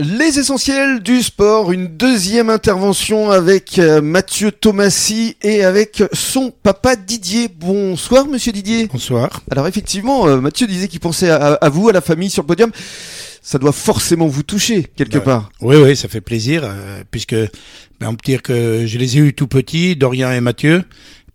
Les essentiels du sport, une deuxième intervention avec euh, Mathieu Thomasy et avec son papa Didier. Bonsoir monsieur Didier. Bonsoir. Alors effectivement, euh, Mathieu disait qu'il pensait à, à vous, à la famille sur le podium. Ça doit forcément vous toucher quelque Bah, part. Oui, oui, ça fait plaisir, euh, puisque ben, on peut dire que je les ai eus tout petits, Dorian et Mathieu,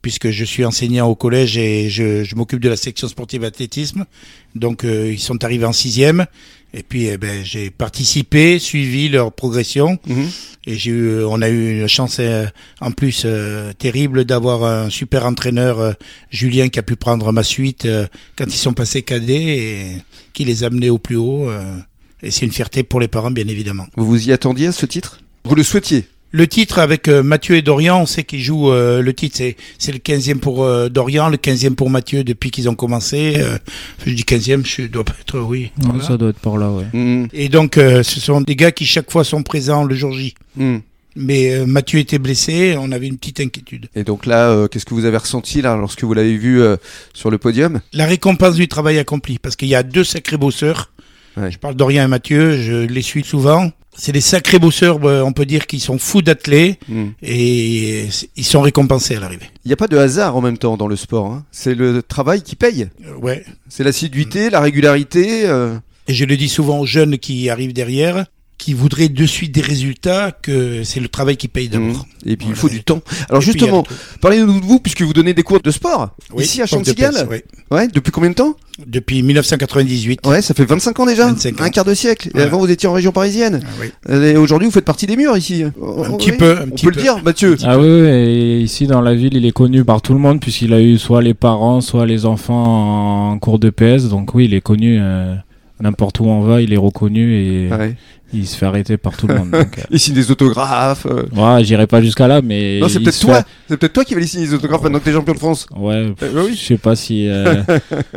puisque je suis enseignant au collège et je, je m'occupe de la section sportive athlétisme. Donc euh, ils sont arrivés en sixième, et puis eh ben, j'ai participé, suivi leur progression, Mhm. et j'ai eu, on a eu une chance euh, en plus euh, terrible d'avoir un super entraîneur, euh, Julien, qui a pu prendre ma suite euh, quand ils sont passés cadets et qui les a amenés au plus haut. euh, et c'est une fierté pour les parents, bien évidemment. Vous vous y attendiez à ce titre Vous le souhaitiez Le titre avec euh, Mathieu et Dorian, on sait qu'ils jouent euh, le titre, c'est, c'est le 15e pour euh, Dorian, le 15e pour Mathieu depuis qu'ils ont commencé. euh, je dis 15e, je dois pas être, oui. Non, voilà. Ça doit être par là, ouais. Mhm. Et donc, euh, ce sont des gars qui chaque fois sont présents le jour J. Mhm. Mais euh, Mathieu était blessé, on avait une petite inquiétude. Et donc là, euh, qu'est-ce que vous avez ressenti là lorsque vous l'avez vu euh, sur le podium La récompense du travail accompli, parce qu'il y a deux sacrés bosseurs. Ouais. Je parle d'Orient et Mathieu, je les suis souvent. C'est des sacrés bosseurs, euh, on peut dire qu'ils sont fous d'athlètes Mhm. et euh, ils sont récompensés à l'arrivée. Il n'y a pas de hasard en même temps dans le sport. hein. C'est le travail qui paye. Euh, ouais. C'est l'assiduité, la régularité. euh, Et je le dis souvent aux jeunes qui arrivent derrière, qui voudraient de suite des résultats, que c'est le travail qui paye d'abord. Mhm. Et puis il Voilà. faut du temps. Alors Et puis, justement, il y a le parlez-nous de vous puisque vous donnez des cours de sport tout. Oui, ici à Porte de Chantigal. Perse, oui. Ouais, depuis combien de temps Depuis 1998. Ouais, ça fait 25 ans déjà, 25 ans. un quart de siècle. Et Voilà. avant vous étiez en région parisienne. Euh, Ah oui. Et aujourd'hui vous faites partie des murs ici. Un petit peu, un on petit peut le peu. dire, Mathieu. Ah oui, oui, et ici dans la ville, il est connu par tout le monde puisqu'il a eu soit les parents, soit les enfants en cours de PS. Donc oui, il est connu euh, n'importe où on va, il est reconnu et Ouais. il se fait arrêter par tout le monde. Donc, euh, Il signe des autographes. euh. ouais, j'irai pas jusqu'à là, mais Non, c'est il peut-être se toi. fait- C'est peut-être toi qui vas les signer les autographes maintenant que t'es champion de France. Ouais, Euh, bah oui. je sais pas si euh,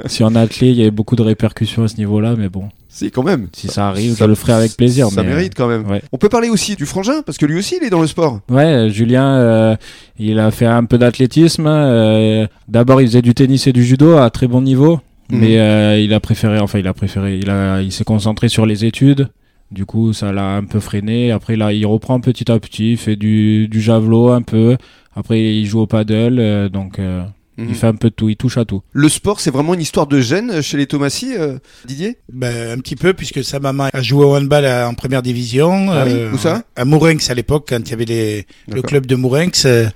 si en athlée il y avait beaucoup de répercussions à ce niveau-là, mais bon, Si, quand même. si ça arrive, je le ferai avec plaisir. Ça mais, euh, mérite quand même. ouais. On peut parler aussi du frangin, parce que lui aussi, il est dans le sport. Ouais, euh, Julien, euh, il a fait un peu d'athlétisme. euh, D'abord, il faisait du tennis et du judo à très bon niveau, Mhm. mais euh, il a préféré, enfin, il a préféré, il a, il s'est concentré sur les études. Du coup, ça l'a un peu freiné. Après, là, il reprend petit à petit, il fait du, du javelot un peu. Après, il joue au paddle, euh, donc euh, Mm. il fait un peu de tout, il touche à tout. Le sport, c'est vraiment une histoire de gêne chez les Thomasy, euh, Didier Ben, un petit peu, puisque sa maman a joué au handball à- en première division. euh, Ah oui, où ça À Mourenx à l'époque, quand il y avait les- le D'accord. club de Mourenx. euh,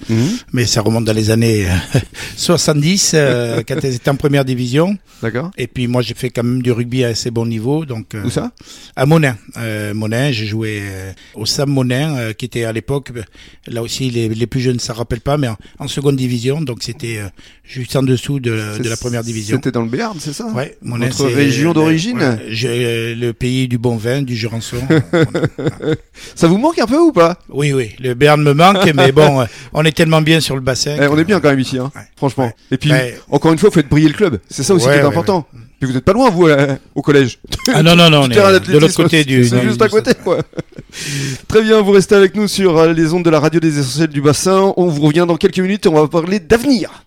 mais ça remonte dans les années 70, euh, quand elles étaient en première division. D'accord. Et puis moi, j'ai fait quand même du rugby à assez bon niveau. Donc, euh, Où ça À Monin. Euh, Monin, j'ai joué euh, au Sam Monin, euh, qui était à l'époque, euh, là aussi, les, les plus jeunes ne s'en rappellent pas, mais en, en seconde division. Donc c'était euh, juste en dessous de, de la première division. C'était dans le Béarn, c'est ça Ouais, mon Votre c'est- région d'origine Ouais, j'ai, euh, Le pays du bon vin, du Jurançon. Ça vous manque un peu ou pas oui, oui, le Béarn me manque, mais bon, euh, on est tellement bien sur le bassin. Eh, que- On est bien quand même ici, hein, euh, Ouais. franchement. Ouais. Et puis, Ouais. encore une fois, vous faites briller le club. C'est ça aussi Ouais, qui est ouais, important. Puis vous n'êtes pas loin, vous, euh, au collège. Ah non, non, non, on Du est terrain de l'autre d'athlétisme. côté du... C'est du- juste à du- côté, quoi. Très bien, vous restez avec nous sur euh, les ondes de la radio des essentiels du bassin. On vous revient dans quelques minutes et on va parler d'avenir.